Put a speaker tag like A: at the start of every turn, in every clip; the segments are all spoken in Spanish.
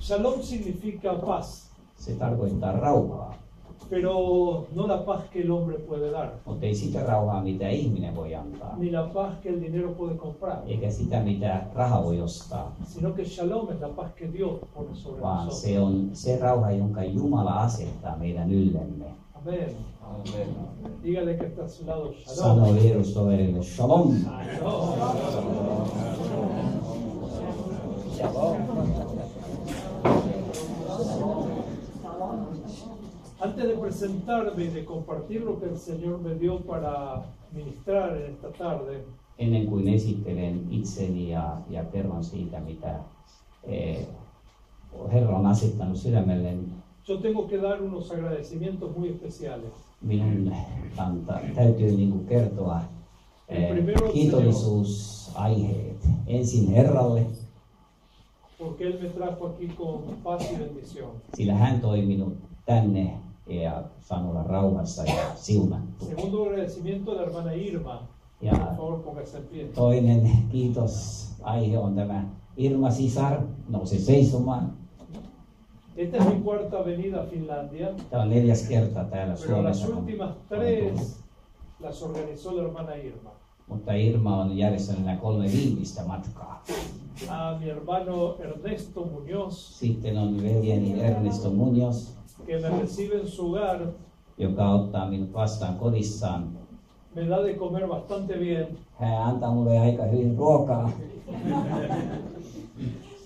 A: Shalom significa paz,
B: Szépen folytál rauhaa.
A: pero no la paz que el hombre puede dar,
B: Mutta ei sitä rauhaa, mitä ihminen voi antaa.
A: ni la paz que el dinero puede comprar,
B: Eikä sitä, mitä raha voi ostaa.
A: sino que Shalom es la paz que Dios pone sobre
B: Vaan
A: nosotros.
B: se on se rauha, jonka Jumala asettaa meidän yllemme.
A: Amén.
C: Amén.
A: Dígale que está a su lado Shalom.
B: Sano vierustoverille shalom.
A: Antes de presentarme y de compartir lo que el Señor me dio para ministrar en esta tarde,
B: Ennen kuin esittelen itseni ja, ja kerron siitä, mitä eh, Herra on asettanut sydämelleni,
A: yo tengo que dar unos agradecimientos muy especiales.
B: minun kanta, täytyy niin kuin kertoa eh, kiitollisuusaiheet ensin Herralle,
A: porque Él me trajo aquí con paz y bendición.
B: sillä hän toi minut tänne ja saan olla rauhassa ja siunattu.
A: Segundo agradecimiento a la hermana Irma, por
B: Ja
A: favor póngase en pie.
B: toinen kiitosaihe on tämä Irma Sisar, nouse seisomaan.
A: Esta es mi cuarta venida a Finlandia,
B: Tämä on neljäs kerta
A: pero
B: täällä
A: las
B: Suomessa. kun
A: últimas
B: on tullut.
A: tres las organizó la hermana Irma.
B: Mutta Irma on järjestänyt nämä kolme viimeistä matkaa.
A: A mi hermano Ernesto Muñoz,
B: Sitten on veljeni Ernesto Munoz,
A: que me recibe en su hogar,
B: joka ottaa minut vastaan kodissaan.
A: me da de comer bastante bien,
B: Hän antaa mulle aika hyvin ruokaa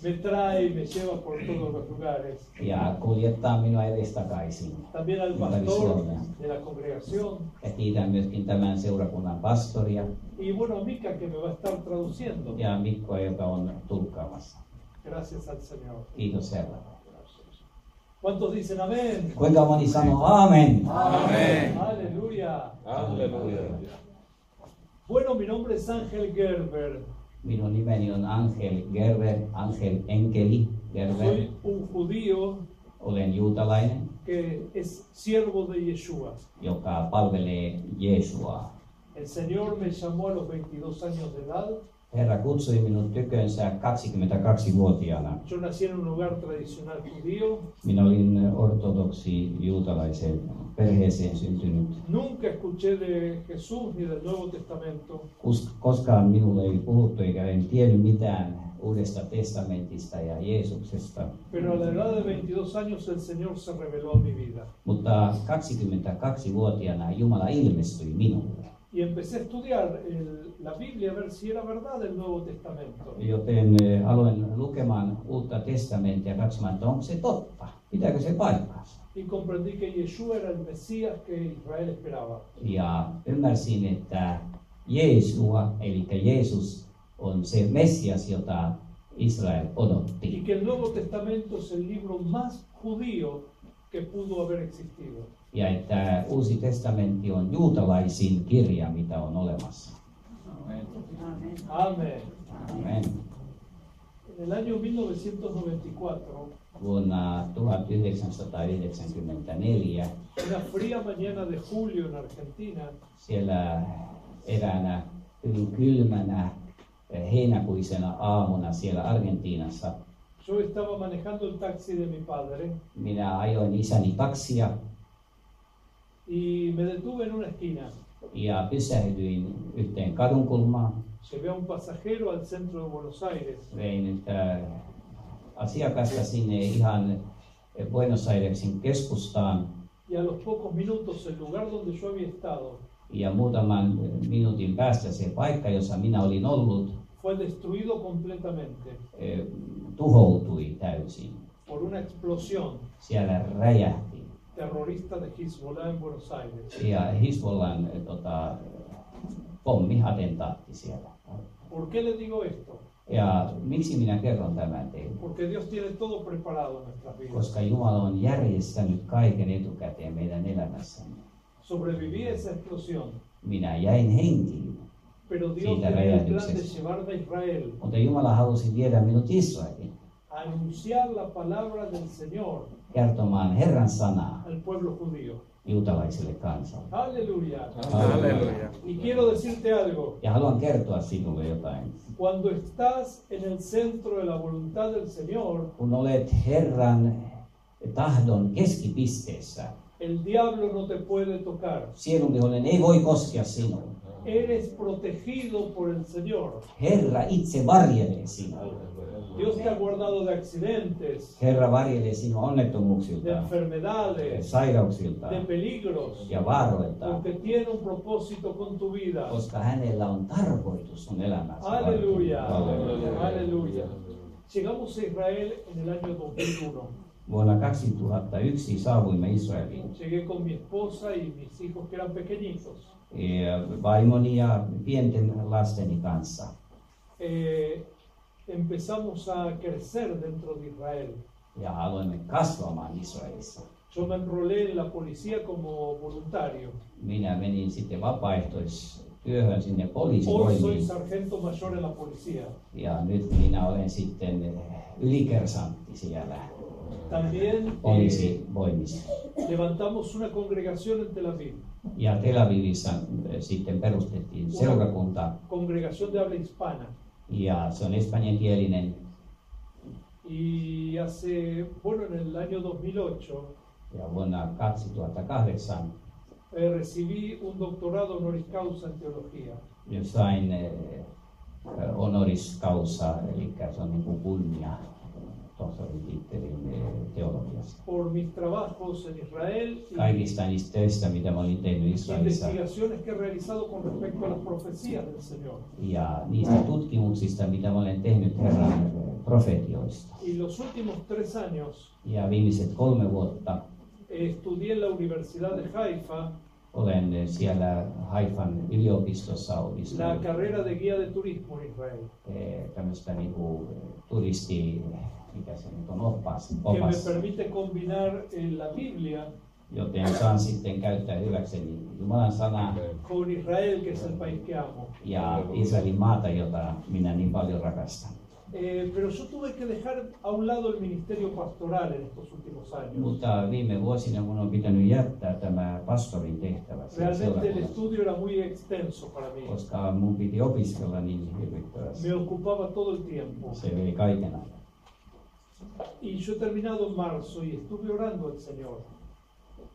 A: me trae y me lleva por todos los lugares.
B: ja kuljettaa minua edestakaisin.
A: También al pastor de la congregación
B: Ja kiitän myöskin tämän seurakunnan pastoria
A: y bueno, a Mica que me va a estar traduciendo.
B: ja Mikkoa, joka on tulkkaamassa.
A: Gracias al Señor.
B: Kiitos Herra.
A: ¿Cuántos dicen amén?
B: Kuinka moni sanoo aamen?
C: Amén.
A: Aleluya.
C: Aleluya.
A: Bueno, mi nombre es Ángel Gerber.
B: Minun nimeni on Angel Gerber, Angel Enkeli Gerber.
A: Soy un judío
B: Olen juutalainen,
A: que es siervo de Yeshua.
B: joka palvelee Jeesuaa.
A: El Señor me llamó a los 22 años de edad.
B: Herra kutsui minut tykönsä 22-vuotiaana.
A: Yo nací en un hogar tradicional judío.
B: Minä olin ortodoksi juutalaisen perheeseen syntynyt.
A: Nunca escuché de Jesús ni del Nuevo Testamento.
B: Kus- Koskaan minulle ei puhuttu eikä en tiennyt mitään Uudesta testamentista ja Jeesuksesta.
A: Pero a la edad de 22 años el Señor se reveló a mi vida.
B: Mutta 22-vuotiaana Jumala ilmestyi minulle.
A: Y empecé a estudiar el- la Biblia a ver si era verdad el Nuevo Testamento.
B: Joten eh, aloin lukemaan uutta testamenttia katsomaan, että onko se totta, pitääkö se paikkaansa.
A: y comprendí que Yeshua era el Mesías que Israel esperaba.
B: Ja ymmärsin, että Jeesua, eli Jeesus, on se Messias, jota Israel
A: Y
B: odotti.
A: que el Nuevo Testamento es el libro más judío que pudo haber existido.
B: Ja että Uusi testamentti on juutalaisin kirja, mitä on olemassa.
A: Amén.
B: Amen.
A: En el año 1994,
B: Vuonna 1994
A: una fría mañana de julio en Argentina,
B: siellä eräänä hyvin kylmänä eh, heinäkuisena aamuna siellä Argentiinassa
A: yo estaba manejando el taxi de mi padre
B: minä ajoin isäni taksia
A: y me detuve en una esquina.
B: ja pysähdyin yhteen kadunkulmaan.
A: Llevé a un pasajero al centro de Buenos Aires
B: Vein äh, asiakasta sinne ihan Buenos Airesin keskustaan
A: y a los pocos minutos el lugar donde yo había estado
B: ja muutaman minuutin päästä se paikka, jossa minä olin ollut,
A: fue destruido completamente
B: eh, tuhoutui täysin.
A: por una explosión
B: Siellä räjähti
A: terrorista de Hezbollah en Buenos Aires.
B: ja Hisbollan eh, tota, pommihatentaatti siellä.
A: ¿Por qué le digo esto?
B: Ja miksi minä kerron tämän teille?
A: Porque Dios tiene todo preparado en nuestras vidas.
B: Koska Jumala on järjestänyt kaiken etukäteen meidän elämässämme.
A: Sobreviví a esa explosión,
B: Minä jäin henkiin,
A: pero Dios
B: Sí, la
A: tenía el
B: realidad
A: plan de
B: es-
A: llevarme a Israel
B: mutta Jumala halusi viedä minut Israeliin
A: a anunciar la palabra del Señor
B: kertomaan Herran sanaa
A: al pueblo judío.
B: juutalaisille kansalle.
A: Aleluya.
C: Aleluya.
A: Y quiero decirte algo.
B: Ja haluan kertoa sinulle jotain.
A: Cuando estás en el centro de la voluntad del Señor,
B: Kun olet Herran tahdon keskipisteessä,
A: el diablo no te puede tocar.
B: sielun vihollinen ei voi koskea sinua.
A: Eres protegido por el Señor.
B: Herra itse varjelee sinua.
A: Dios te ha guardado de accidentes,
B: Herra varjelee sinua
A: de
B: onnettomuuksilta,
A: enfermedades,
B: sairauksilta
A: de peligros,
B: ja vaaroilta,
A: porque tiene un propósito con tu vida.
B: koska hänellä on tarkoitus sun elämässä.
A: Aleluya.
B: Tá. Aleluya.
A: Aleluya. Llegamos a Israel en el año 2001.
B: Vuonna 2001 saavuimme Israeliin.
A: Llegué con mi esposa y mis hijos que eran pequeñitos.
B: Ja e, vaimoni ja pienten lasteni kanssa.
A: Eh, empezamos a crecer dentro de Israel.
B: Ja aloimme kasvamaan Israelissa.
A: Yo me enrolé en la policía como voluntario.
B: Minä menin sitten vapaaehtoistyöhön sinne
A: Hoy soy
B: poliisivoimiin.
A: sargento mayor en la policía.
B: Ja nyt minä olen sitten eh, ylikersantti siellä
A: También eh,
B: poliisivoimissa.
A: levantamos una congregación en Tel Aviv,
B: Ja Tel Avivissa eh, sitten perustettiin seurakunta.
A: congregación de habla hispana.
B: Ja se on espanjankielinen.
A: Y hace, bueno, en el año 2008
B: Ja vuonna 2008
A: eh, recibí un doctorado honoris causa en teología.
B: jo sain eh, honoris causa, eli se on niin kuin kunnia tohtorin tittelin eh, teologiasta.
A: por mis trabajos en Israel y
B: Kaikista niistä töistä, mitä mä olin tehnyt Israelissa,
A: investigaciones que he realizado con respecto a las profecías del Señor.
B: ja niistä tutkimuksista, mitä mä olen tehnyt Herran eh, profetioista.
A: Y los últimos tres años
B: Ja viimeiset kolme vuotta
A: eh, estudié en la Universidad de Haifa
B: olen eh, siellä Haifan yliopistossa
A: la
B: opiskellut
A: carrera de guía de turismo en Israel,
B: eh, tämmöistä niin kuin turisti, eh, mikä se nyt on, oppas,
A: que me
B: opas.
A: permite combinar eh, la Biblia
B: joten saan sitten käyttää hyväkseni Jumalan sanaa
A: con Israel, que es el país que amo.
B: ja Israelin maata, jota minä niin paljon rakastan.
A: Eh, pero yo tuve que dejar a un lado el ministerio pastoral en estos últimos años.
B: Mutta viime vuosina minun on pitänyt jättää tämä pastorin tehtävä siellä
A: Realmente el
B: seurakunnassa,
A: estudio era muy extenso para mí.
B: koska minun piti opiskella niin
A: Me
B: hirvittävästi.
A: ocupaba todo el tiempo.
B: Se vei kaiken ajan.
A: Y yo he terminado en marzo y estuve orando al Señor.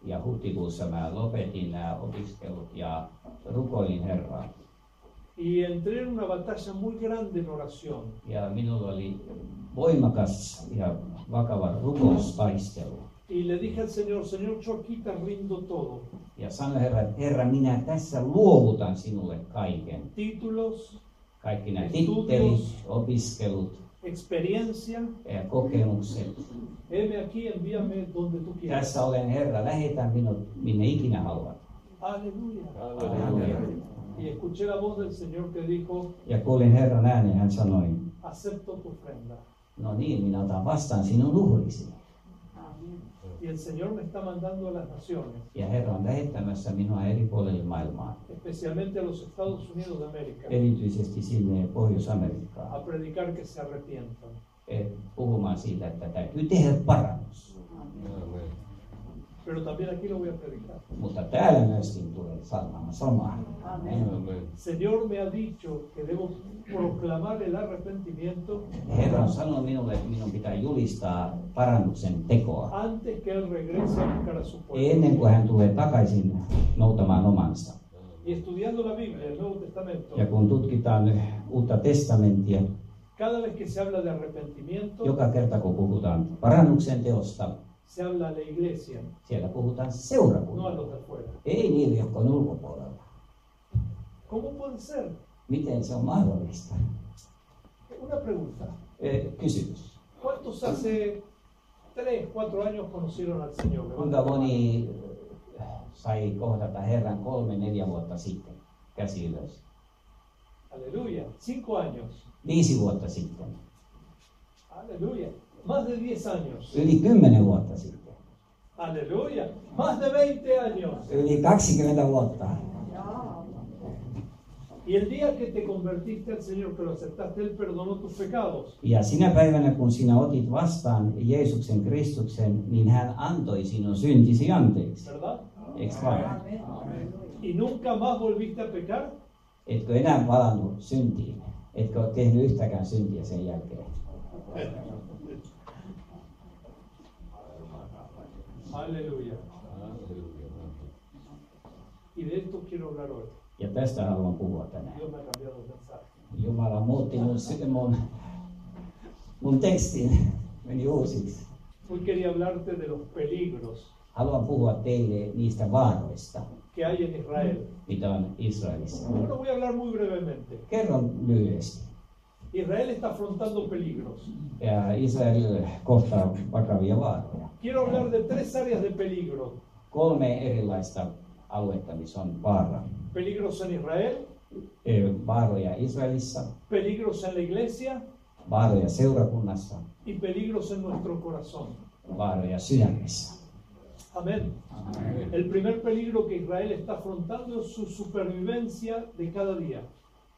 B: Ja huhtikuussa mä lopetin nämä opiskelut ja rukoilin Herraa.
A: Y entré en una batalla muy grande en oración.
B: Ja minulla oli voimakas ja vakava rukoustaistelu.
A: Y le dije al Señor, Señor, yo aquí te rindo todo.
B: Ja sanoi Herra, että Herra, minä tässä luovutan sinulle kaiken.
A: Títulos,
B: Kaikki nämä
A: Estudios.
B: tittelit, opiskelut,
A: experiencia,
B: eh, kokemukset.
A: heme aquí, envíame donde tú quieras.
B: Tässä olen Herra, lähetä minut minne ikinä haluat.
A: Aleluya.
C: Aleluya.
A: Y escuché la voz del Señor que dijo,
B: Ja kuulin Herran äänen, hän sanoi,
A: acepto tu ofrenda.
B: no niin, minä otan vastaan sinun uhrisi.
A: Y el Señor me está mandando a las naciones,
B: Ja Herra on lähettämässä minua eri puolille maailmaa,
A: especialmente a los Estados Unidos de América,
B: Eh. erityisesti sinne Pohjois-Amerikkaan,
A: a predicar que se arrepientan.
B: eh, puhumaan siitä, että täytyy tehdä parannus.
A: Pero también aquí lo voy a predicar.
B: Mutta täällä myöskin tulee sanomaan samaa.
A: Señor me ha dicho que debo proclamar el arrepentimiento
B: Herra on sanonut minulle, että minun pitää julistaa parannuksen tekoa.
A: antes que Él regrese a buscar a su
B: ennen
A: pueblo.
B: kuin hän tulee takaisin noutamaan omansa.
A: Y estudiando la Biblia, el Nuevo Testamento,
B: Ja kun tutkitaan uutta testamenttia,
A: cada vez que se habla de arrepentimiento,
B: joka kerta kun puhutaan parannuksen teosta,
A: se habla a la iglesia,
B: siellä puhutaan
A: no a
B: seurakunnasta,
A: los de afuera.
B: ei niille, jotka on ulkopuolella.
A: ¿Cómo puede ser?
B: Miten se on mahdollista?
A: Una pregunta.
B: Eh, Kysymys.
A: ¿Cuántos hace tres, cuatro años conocieron al Señor? Levanta
B: Kuinka
A: la mano.
B: moni eh, sai kohdata Herran kolme, neljä vuotta sitten? Käsi ylös.
A: Aleluya. Cinco años.
B: Viisi vuotta sitten.
A: Aleluya. Más de diez años.
B: Yli kymmenen vuotta sitten.
A: Aleluya. Más de veinte años.
B: Yli 20 vuotta.
A: Y el día que te convertiste al Señor, que lo aceptaste, Él perdonó tus pecados.
B: Ja sinä päivänä, kun sinä otit vastaan Jeesuksen Kristuksen, niin hän antoi sinun syntisi anteeksi.
A: ¿Verdad?
B: extraña.
A: ¿Y nunca más volviste a pecar?
B: Etko enää palannut syntiin. Etkä ole tehnyt yhtäkään syntiä sen jälkeen.
A: Aleluya. Y de esto quiero hablar hoy.
B: Ja tästä haluan puhua tänään.
A: Dios me ha cambiado el mensaje.
B: Jumala muutti mun, sy- mun, mun tekstin. Meni uusiksi.
A: Hoy quería hablarte de los peligros
B: Haluan puhua teille niistä vaaroista,
A: que hay en Israel.
B: mitä on Israelissa.
A: Bueno, voy a hablar muy brevemente.
B: Kerron lyhyesti.
A: Israel está afrontando peligros.
B: Ja Israel kohtaa vakavia vaaroja.
A: Quiero hablar de tres áreas de peligro.
B: Kolme erilaista aluetta, missä on vaara.
A: Peligros en Israel,
B: Ö, Vaaroja Israelissa,
A: peligros en la iglesia
B: vaaroja seurakunnassa,
A: y peligros en nuestro corazón.
B: vaaroja sydämessä.
A: Amén. El primer peligro que Israel está afrontando es su supervivencia de cada día.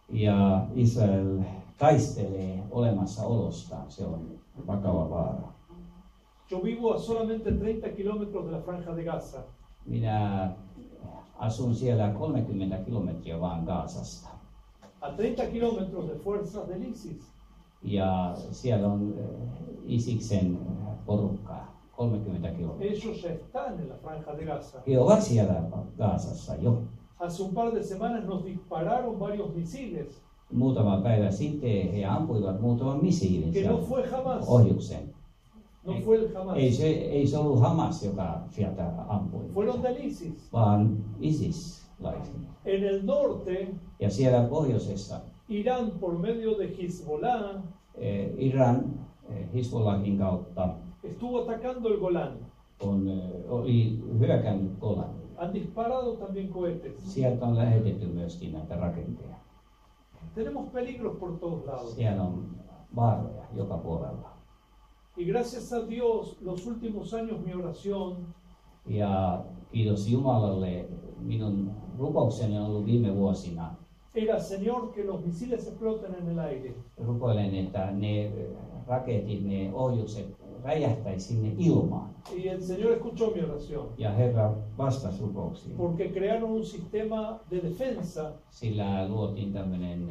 B: Ja Israel taistelee olemassaolostaan, se on vakava vaara.
A: Yo vivo a solamente 30 kilómetros de la franja de Gaza.
B: Minä asun siellä 30 kilometriä vaan Gaasasta.
A: a 30 kilómetros de fuerzas del ISIS.
B: Ja siellä on ö, Isiksen porukkaa, 30 kilometriä.
A: Ellos ya están en la franja de Gaza.
B: He ovat siellä Gaasassa jo.
A: Hace un par de semanas nos dispararon varios misiles,
B: Muutama päivä sitten he ampuivat muutaman missiilin
A: que no
B: sieltä
A: fue jamás.
B: ohjuksen.
A: No fue el jamás.
B: Ei se, ei se ollut Hamas, joka sieltä ampui,
A: Fueron del ISIS.
B: vaan ISIS-laiset.
A: En el norte,
B: Ja siellä pohjoisessa
A: Irán, por medio de Hezbollah,
B: eh, Iran eh, Hizbollahin kautta
A: estuvo atacando el Golán.
B: on, eh, oli hyökännyt Golanille.
A: Han disparado también cohetes.
B: Sieltä on lähetetty myöskin näitä rakenteja.
A: Tenemos peligros por todos lados.
B: Siellä on vaaroja joka puolella.
A: Y gracias a Dios, los últimos años mi oración
B: Ja kiitos Jumalalle, minun rukoukseni on ollut viime vuosina.
A: era, Señor, que los misiles exploten en el aire.
B: Rukoilen, että ne raketit, ne ohjukset räjähtäisi sinne ilmaan.
A: Y el Señor escuchó mi oración.
B: Ja Herra vastasi rukouksiin.
A: porque crearon un sistema de defensa
B: Sillä luotiin tämmöinen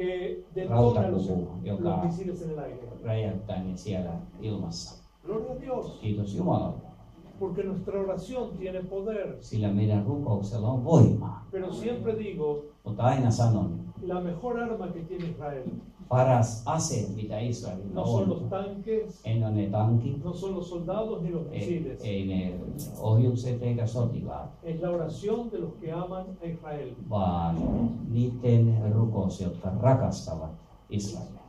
A: que detona los,
B: Rautakupu, joka-
A: los misiles en el aire.
B: räjäyttää ne siellä ilmassa.
A: Gloria a Dios,
B: Kiitos Jumalalle.
A: porque nuestra oración tiene poder.
B: Sillä meidän rukouksella on voimaa.
A: Pero siempre digo,
B: Mutta aina sanon,
A: la mejor arma que tiene Israel
B: paras ase, mitä Israelilla
A: no son los
B: on,
A: tanques,
B: ei ole ne tankit,
A: no son los soldados ni los
B: ei,
A: misiles.
B: ei ne ohjukset eikä sotilaat,
A: Es la oración de los que aman a Israel.
B: vaan niiden rukous, jotka rakastavat Israelia.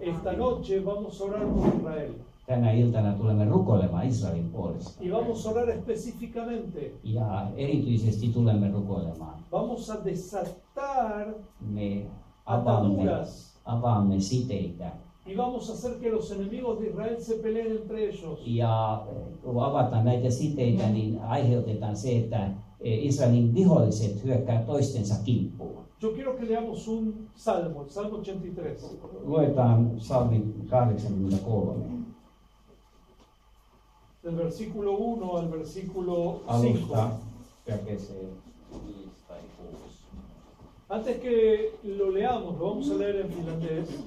A: Esta noche vamos a orar por Israel
B: Tänä iltana tulemme rukoilemaan Israelin puolesta.
A: y vamos a orar específicamente.
B: Ja erityisesti tulemme rukoilemaan.
A: Vamos a desatar
B: Me avaamme,
A: ataduras
B: avaamme siteitä
A: Y vamos a hacer que los enemigos de Israel se peleen entre ellos.
B: Ja kun avataan näitä siteitä, niin aiheutetaan se, että Israelin viholliset hyökkää toistensa kimppuun.
A: Yo quiero que leamos un salmo, el Salmo 83.
B: Luetaan salmi 83,
A: Del versículo 1 al versículo 5.
B: alusta jakeeseen.
A: Antes que lo leamos, lo vamos a leer en finlandés.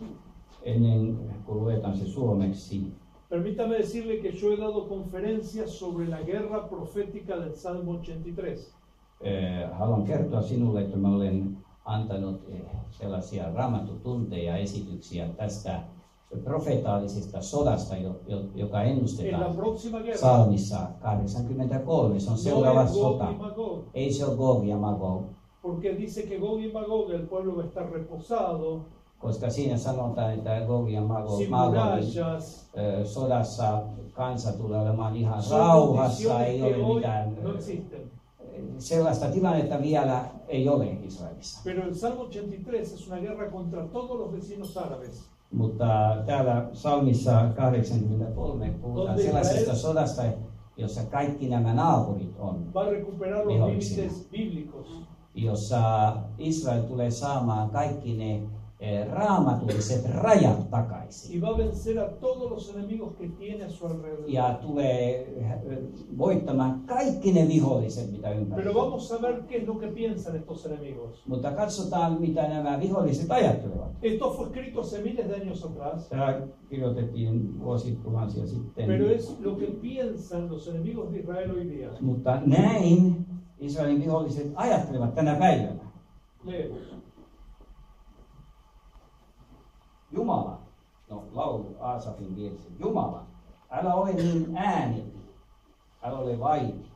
B: Ennen kuin luetaan se suomeksi,
A: Permítame decirle que yo he dado conferencias sobre la guerra profética del Salmo 83.
B: eh, haluan kertoa sinulle, että mä olen antanut eh, sellaisia raamatutunteja, esityksiä tästä profetaalisesta sodasta, jo- jo- joka
A: En la
B: ennustetaan
A: próxima guerra,
B: Salmissa 83, se on
A: no
B: seuraava
A: es Gog y
B: sota.
A: Magog,
B: Ei se ole Gog ja Magog,
A: porque dice que Gog y Magog, el pueblo va a estar reposado,
B: koska siinä sanotaan, että Gog ja Magog,
A: sin
B: Magogin
A: murallas,
B: ö, sodassa kansa tulee olemaan ihan
A: Son
B: rauhassa,
A: condiciones
B: ei
A: que
B: ole
A: hoy
B: mitään.
A: no
B: ö,
A: existen.
B: Sellaista tilannetta vielä ei ole Israelissa.
A: Pero el Salmo 83 es una guerra contra todos los vecinos árabes,
B: Mutta äh, täällä Salmissa 83 puhutaan
A: Donde
B: sellaisesta
A: Israel-
B: sodasta, jossa kaikki nämä naapurit on,
A: va a recuperar los
B: Mejor,
A: límites bíblicos.
B: jossa Israel tulee saamaan kaikki ne eh, raamatulliset rajat takaisin.
A: y va a vencer a todos los enemigos que tiene a su alrededor.
B: Ja tulee eh, voittamaan kaikki ne viholliset, mitä
A: Pero
B: ympärillä. on.
A: vamos a ver qué es lo que piensan estos enemigos.
B: Mutta katsotaan, mitä nämä viholliset ajattelevat.
A: Esto fue escrito hace miles de años atrás,
B: Tämä kirjoitettiin vuosituhansia sitten.
A: pero es lo que piensan los enemigos de Israel hoy día.
B: Mutta näin Israelin viholliset ajattelevat tänä päivänä.
A: Leemos.
B: Jumala, no laulu Aasafin virsi, Jumala, älä ole niin ääni, älä ole vaiti,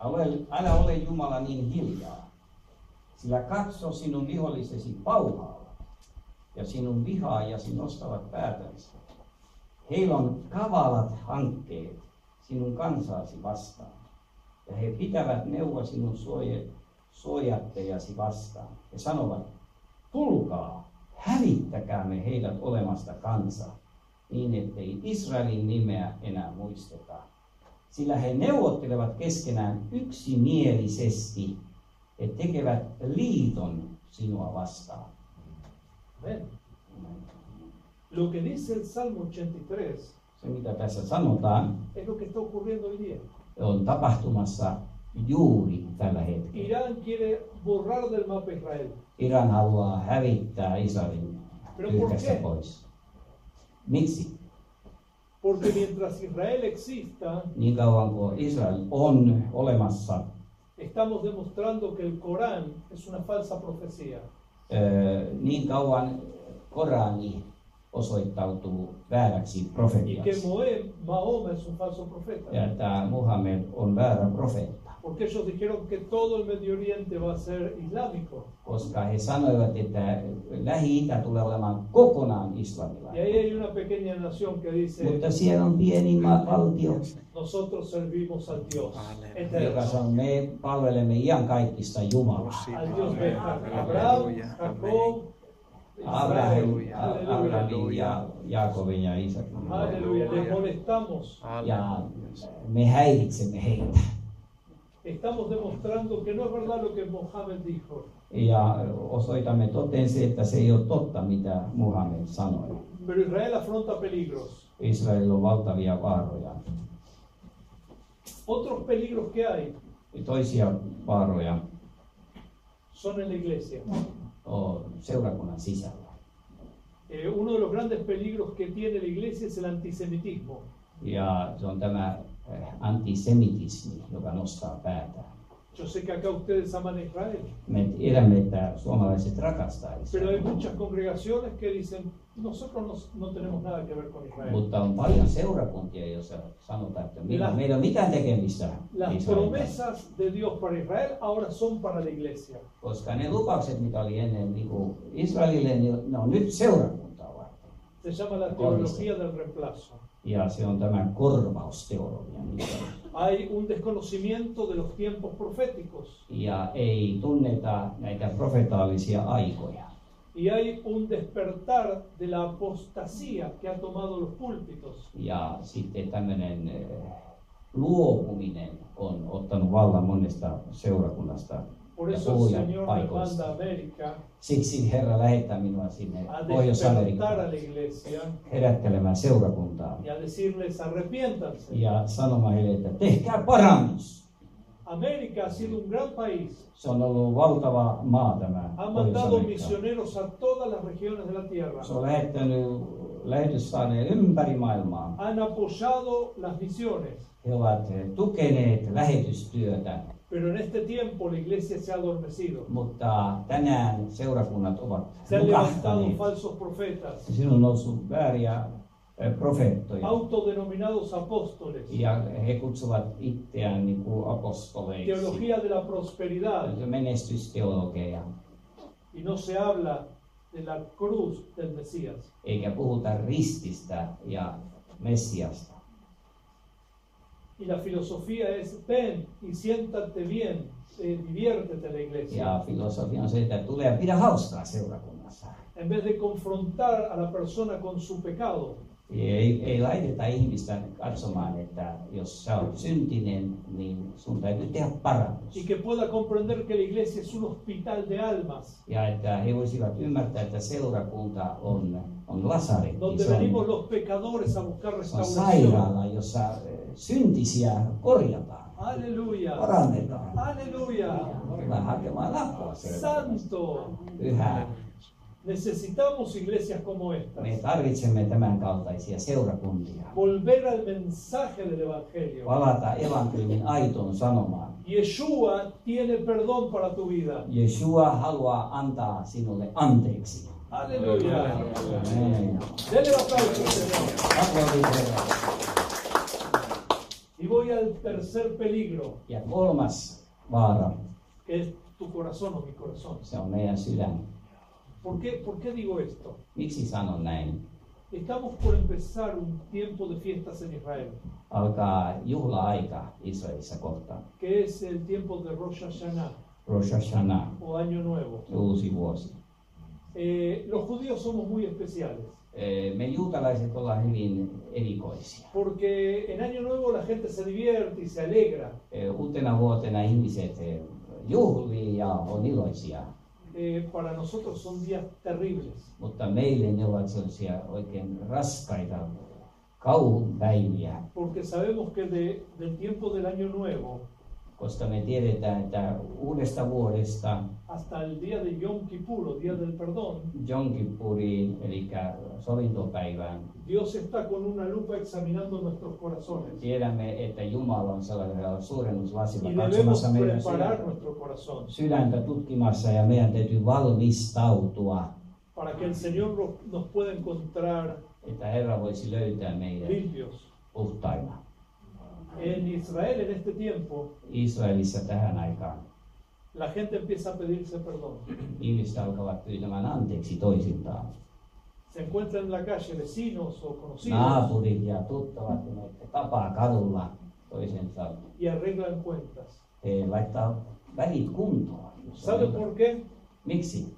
B: älä ole, älä ole Jumala niin hiljaa, sillä katso sinun vihollisesi pauhaalla ja sinun vihaajasi nostavat päätänsä. Heillä on kavalat hankkeet sinun kansaasi vastaan, ja he pitävät neuvoa sinun suoje, suojattejasi vastaan, ja sanovat, tulkaa, hävittäkäämme heidät olemasta kansa, niin ettei Israelin nimeä enää muisteta. Sillä he neuvottelevat keskenään yksimielisesti, he tekevät liiton sinua vastaan.
A: Amén. Lo que dice el Salmo 83
B: Se mitä tässä sanotaan,
A: es lo que está ocurriendo hoy día.
B: on tapahtumassa juuri tällä hetkellä.
A: Irán quiere borrar del mapa a Israel.
B: Iran haluaa hävittää Israelin pyyhkästä pois. Miksi?
A: Porque mientras Israel exista,
B: Niin kauan kuin Israel on olemassa,
A: estamos demostrando que el Corán es una falsa profecía.
B: Öö, niin kauan Korani osoittautuu vääräksi
A: Y que
B: profetiaksi.
A: Moe- Mahoma es un falso
B: Ja
A: profeta.
B: tämä Muhammed on väärä profeetta,
A: Porque ellos dijeron que todo el Medio Oriente va a ser islámico.
B: koska he sanoivat, että Lähi-Itä tulee olemaan kokonaan
A: Y
B: islamilainen.
A: ahí hay una pequeña nación que dice,
B: Mutta siellä on pieni ma- valtio,
A: nosotros servimos al Dios eterno,
B: joka sanoo, me palvelemme iankaikkista Jumalaa.
A: al Dios de Abraham,
D: Aleluya.
A: Jacob, Israel.
B: Abraham,
A: Aleluya.
B: Abrahamin ja Jaakobin ja Isakin.
A: Aleluya, les molestamos.
B: Ja me häiritsemme heitä.
A: Estamos demostrando que no es verdad lo que Mohammed dijo.
B: Ja osoitamme toteen se, että se ei ole totta, mitä Muhammed sanoi.
A: Pero Israel afronta peligros.
B: Israel on valtavia vaaroja.
A: Otros peligros que hay
B: Ja Toisia vaaroja
A: son en la iglesia.
B: on seurakunnan sisällä.
A: Eh, uno de los grandes peligros que tiene la iglesia es el antisemitismo.
B: Ja se on tämä eh, antisemitismi, joka nostaa päätään.
A: Yo sé que acá ustedes aman a Israel,
B: Me tiedämme, että suomalaiset rakastaa
A: pero hay
B: Israelia,
A: muchas congregaciones que dicen, nosotros no, no tenemos nada que ver con Israel.
B: mutta on paljon seurakuntia, joissa sanotaan, että meillä,
A: Las-
B: meillä ei ole mitään tekemistä
A: Las
B: Israelin
A: promesas de Dios para Israel ahora son para la iglesia.
B: kanssa." Koska ne lupaukset, mitä oli ennen niin kuin Israelille, niin ne on nyt seurakuntaa varten.
A: Se llama la teología del reemplazo.
B: Ja se on tämä korvausteoria. mikä on.
A: Hay un desconocimiento de los tiempos proféticos.
B: Ja ei tunneta näitä profetaalisia aikoja.
A: Y hay un despertar de la apostasía que ha tomado los púlpitos.
B: Ja sitten tämmöinen eh, luopuminen on ottanut vallan monesta seurakunnasta
A: Por
B: ja
A: eso el Señor
B: puhujan
A: me manda a
B: paikoista.
A: América
B: Siksi Herra lähettää minua sinne
A: a despertar a
B: Pohjois-Amerikkaan
A: la iglesia
B: herättelemään seurakuntaa
A: y a decirles arrepiéntanse.
B: ja sanomaan heille, että tehkää parannus.
A: América ha sido un gran país.
B: Se on ollut valtava maa tämä
A: Ha mandado
B: Pohjois-Amerikka.
A: misioneros a todas las regiones de la tierra.
B: Se on lähettänyt lähetyssaareen ympäri maailmaa.
A: Han apoyado las misiones.
B: He ovat tukeneet lähetystyötä,
A: Pero en este tiempo la iglesia se ha adormecido.
B: mutta tänään seurakunnat ovat
A: Se han levantado
B: nukahtaneet.
A: falsos profetas,
B: Sinun on noussut vääriä eh, profeettoja
A: autodenominados apóstoles,
B: ja he kutsuvat itseään niin kuin apostoleiksi.
A: teología de la prosperidad,
B: Menestysteologeja,
A: y no se habla de la cruz del Mesías.
B: eikä puhuta rististä ja Messiasta.
A: Y la filosofía es, ven y siéntate bien, eh, diviértete en la iglesia.
B: Ja filosofia on se, että tulee ja pidä hauskaa seurakunnassa.
A: En vez de confrontar a la persona con su pecado,
B: Ei, ei laiteta ihmistä katsomaan, että jos sä oot syntinen, niin sun täytyy tehdä parannus.
A: y que pueda comprender que la iglesia es un hospital de almas,
B: Ja että he voisivat ymmärtää, että seurakunta on, on lasaretti,
A: donde
B: se
A: venimos
B: on,
A: los pecadores a buscar
B: se on
A: restauración.
B: sairaala, jossa eh, syntisiä korjataan,
A: Aleluya,
B: parannetaan.
A: aleluya,
B: Tullaan hakemaan apua sieltä.
A: santo.
B: Yhä
A: Necesitamos iglesias como esta.
B: me tarvitsemme tämän kaltaisia seurakuntia.
A: Volver al mensaje del Evangelio.
B: Palata evankeliumin aitoon sanomaan.
A: Yeshua tiene perdón para tu vida.
B: Yeshua haluaa antaa sinulle anteeksi.
A: Aleluya.
B: Amen.
A: Dele un aplauso al Señor.
B: Aplodit Herraa.
A: Y voy al tercer peligro,
B: Ja kolmas vaara,
A: que es tu corazón o mi corazón.
B: se on meidän sydän.
A: ¿Por qué, por qué digo esto?
B: Miksi sanon näin?
A: Estamos por empezar un tiempo de fiestas en Israel,
B: Alkaa juhla-aika Israelissa kohta.
A: que es el tiempo de Rosh Hashanah
B: Rosh Hashanah,
A: o Año Nuevo.
B: uusi vuosi.
A: Eh, los judíos somos muy especiales,
B: Ee, E, Me juutalaiset ollaan hyvin erikoisia.
A: porque en Año Nuevo la gente se divierte y se alegra,
B: Ee, E, Uutena vuotena ihmiset ee, juhlii ja on iloisia,
A: Eh, para nosotros son días terribles.
B: mutta meille ne ovat sellaisia oikein raskaita kauhun päiviä,
A: Porque sabemos que de- del tiempo del año nuevo
B: koska me tiedetään, että uudesta vuodesta
A: hasta el día de Yom Kippur, o día del perdón,
B: Yom Kippuriin, eli sovintopäivään,
A: Dios está con una lupa examinando nuestros corazones.
B: tiedämme, että Jumala on sellaisella suurennuslasilla
A: Y debemos
B: katsomassa meidän
A: preparar
B: sydäntä,
A: nuestro corazón
B: sydäntä tutkimassa ja meidän täytyy valmistautua,
A: para que el Señor lo- nos pueda encontrar
B: että Herra voisi löytää meidät
A: limpios.
B: puhtaina.
A: En Israel, en este tiempo,
B: Israelissa tähän aikaan
A: la gente empieza a pedirse perdón.
B: ihmiset alkavat pyytämään anteeksi toisiltaan.
A: Se encuentra en la calle vecinos o conocidos
B: Naapurit ja tuttavat, kun ne tapaa kadulla toisensa,
A: y arreglan cuentas.
B: he laittaa välit kuntoon.
A: ¿Sabe por qué?
B: Miksi?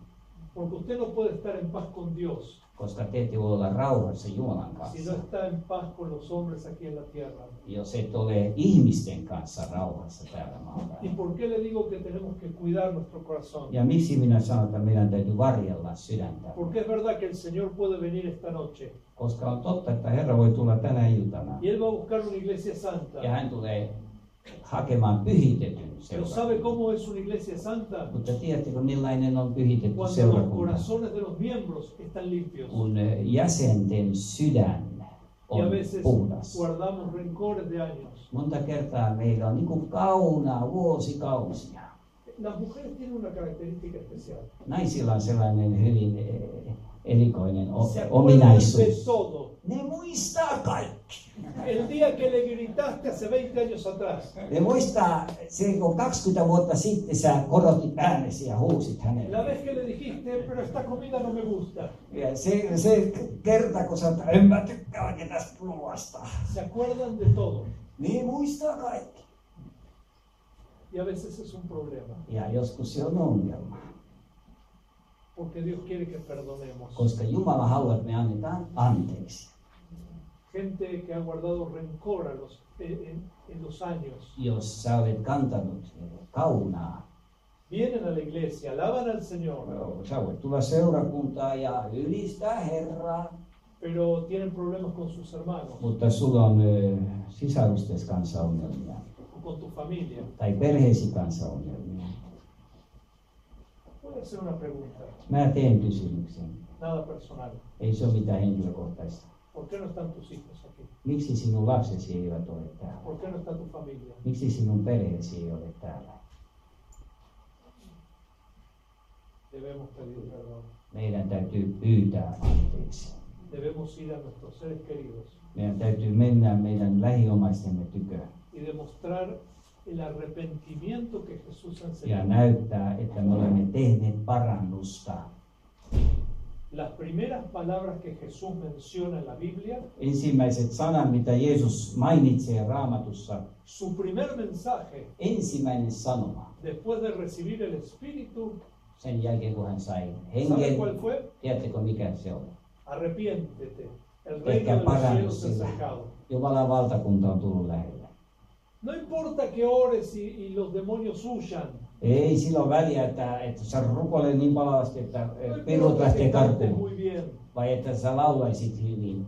A: Porque usted no puede estar en paz con Dios
B: Koska te ette voi olla rauhassa Jumalan
A: si no
B: kanssa.
A: está en paz con los hombres aquí en la tierra.
B: jos et ole ihmisten kanssa rauhassa täällä maalla.
A: ¿Y por qué le digo que tenemos que cuidar nuestro corazón?
B: Ja miksi minä sanon, että meidän täytyy varjella sydäntä?
A: Porque es verdad que el Señor puede venir esta noche
B: Koska on totta, että Herra voi tulla tänä iltana.
A: y Él va a buscar una iglesia
B: Ja
A: santa.
B: hän tulee hakemaan pyhitetyn
A: Pero ¿sabe
B: seurakunnan.
A: cómo es una iglesia santa?
B: Mutta tiedättekö, millainen on pyhitetty
A: Cuando los
B: seurakunta?
A: corazones de los miembros están limpios
B: Kun jäsenten sydän
A: y a
B: on
A: veces
B: puhdas.
A: guardamos rencores de años.
B: Monta kertaa meillä on niin kuin kaunaa vuosikausia.
A: Las mujeres tienen una característica especial.
B: Naisilla on sellainen hyvin eh, erikoinen o-
A: Se acuerdan de
B: ominaisuus.
A: todo.
B: Ne muistaa kaikki.
A: El día que le gritaste hace 20 años atrás,
B: Ne muistaa, se kun 20 vuotta sitten sä korotit äänesi ja huusit hänelle.
A: La vez que le dijiste, pero esta comida no me gusta,
B: Ja se, se kerta, kun sä, että en mä tykkää oikein tästä ruoasta.
A: se acuerdan de todo.
B: Ne muistaa kaikki.
A: Y a veces es un problema,
B: Ja joskus se on ongelma,
A: porque Dios quiere que perdonemos.
B: koska Jumala haluaa, että me annetaan anteeksi.
A: Gente que ha guardado rencor a los, en, en los años,
B: Jos sä olet kantanut kaunaa,
A: vienen a la iglesia, alaban al Señor,
B: sä voit tulla seurakuntaa ja ylistää Herraa,
A: pero tienen problemas con sus hermanos
B: mutta sulla on ö, sisarustes kanssa ongelmia
A: o con tu familia.
B: tai perheesi kanssa ongelmia.
A: Voy a hacer una pregunta,
B: Mä teen kysymyksen.
A: nada personal.
B: Ei se ole mitään henkilökohtaista.
A: ¿Por qué no están tus hijos aquí?
B: Miksi sinun lapsesi eivät ole täällä?
A: ¿Por qué no está tu familia?
B: Miksi sinun perheesi ei ole täällä?
A: Debemos pedir perdón.
B: Meidän täytyy pyytää anteeksi.
A: Debemos ir a nuestros seres queridos
B: Meidän täytyy mennä meidän lähiomaistemme tykö
A: y demostrar el arrepentimiento que Jesús
B: ja
A: enseñó.
B: näyttää, että me olemme tehneet parannusta.
A: Las primeras palabras que Jesús menciona en la Biblia,
B: Ensimmäiset sanat, mitä Jeesus mainitsee raamatussa,
A: su primer mensaje
B: ensimmäinen sanoma,
A: después de recibir el Espíritu,
B: sen jälkeen kun hän sai
A: ¿sabe
B: hengen,
A: cuál fue?
B: tiedättekö mikä se on?
A: Arrepiéntete el
B: Ehkä
A: reino de los cielos
B: paranisi
A: es
B: vähän.
A: cercado.
B: Jumalan valtakunta on tullut lähellä.
A: No importa que ores y, y los demonios huyan.
B: Ei sillä ole väliä, että, että sä rukoilet niin palavasti, että
A: No
B: eh, pirut
A: importa
B: lähtee
A: que cantes
B: karkuun.
A: muy bien.
B: Vai että sä laulaisit hyvin.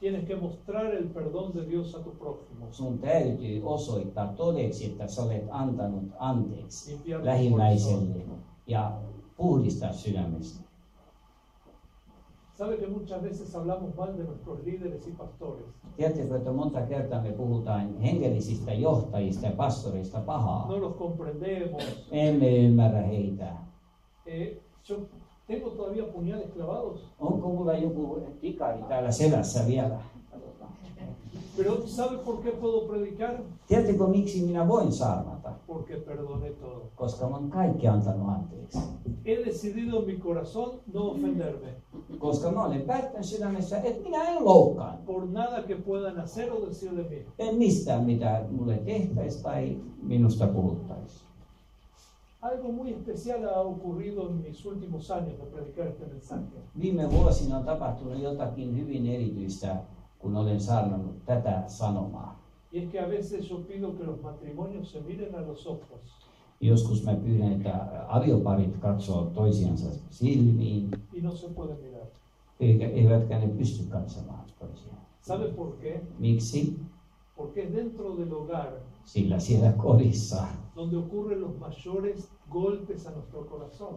A: Tienes que mostrar el perdón de Dios a tu prójimo.
B: Sun täytyy osoittaa todeksi, että sä olet antanut anteeksi
A: Limpiar tu
B: lähimmäiselle ja puhdistaa sydämestä.
A: Sabe que muchas veces hablamos mal de nuestros líderes y pastores.
B: Tiedättekö, että monta kertaa me puhutaan hengellisistä johtajista ja pastoreista pahaa.
A: No los comprendemos.
B: Me emme ymmärrä heitä.
A: Eh, yo tengo todavía puñales clavados.
B: Onko mulla joku tikari täällä selässä vielä?
A: Pero ¿sabe por qué puedo predicar?
B: Tiedättekö, miksi minä voin saarnata?
A: Porque perdoné todo.
B: Koska mä oon kaikki antanut anteeksi.
A: He decidido en mi corazón no ofenderme
B: Koska mä olen päättänyt sydämessä, että minä en loukkaan.
A: por nada que puedan hacer o decir de mí.
B: En mistään, mitä mulle tehtäisi tai minusta puhuttaisi.
A: Algo muy especial ha ocurrido en mis últimos años de predicar este mensaje.
B: Viime vuosina on tapahtunut jotakin hyvin erityistä, kun olen saarnannut tätä sanomaa.
A: Y es que a veces yo pido que los matrimonios se miren a los ojos
B: Joskus mä pyydän, että avioparit katsoo toisiansa silmiin,
A: y no se pueden mirar.
B: eikä, eivätkä ne pysty katsomaan toisiaan.
A: ¿Sabe por qué?
B: Miksi?
A: Porque es dentro del hogar
B: Sillä siellä kodissa,
A: donde ocurren los mayores golpes a nuestro corazón,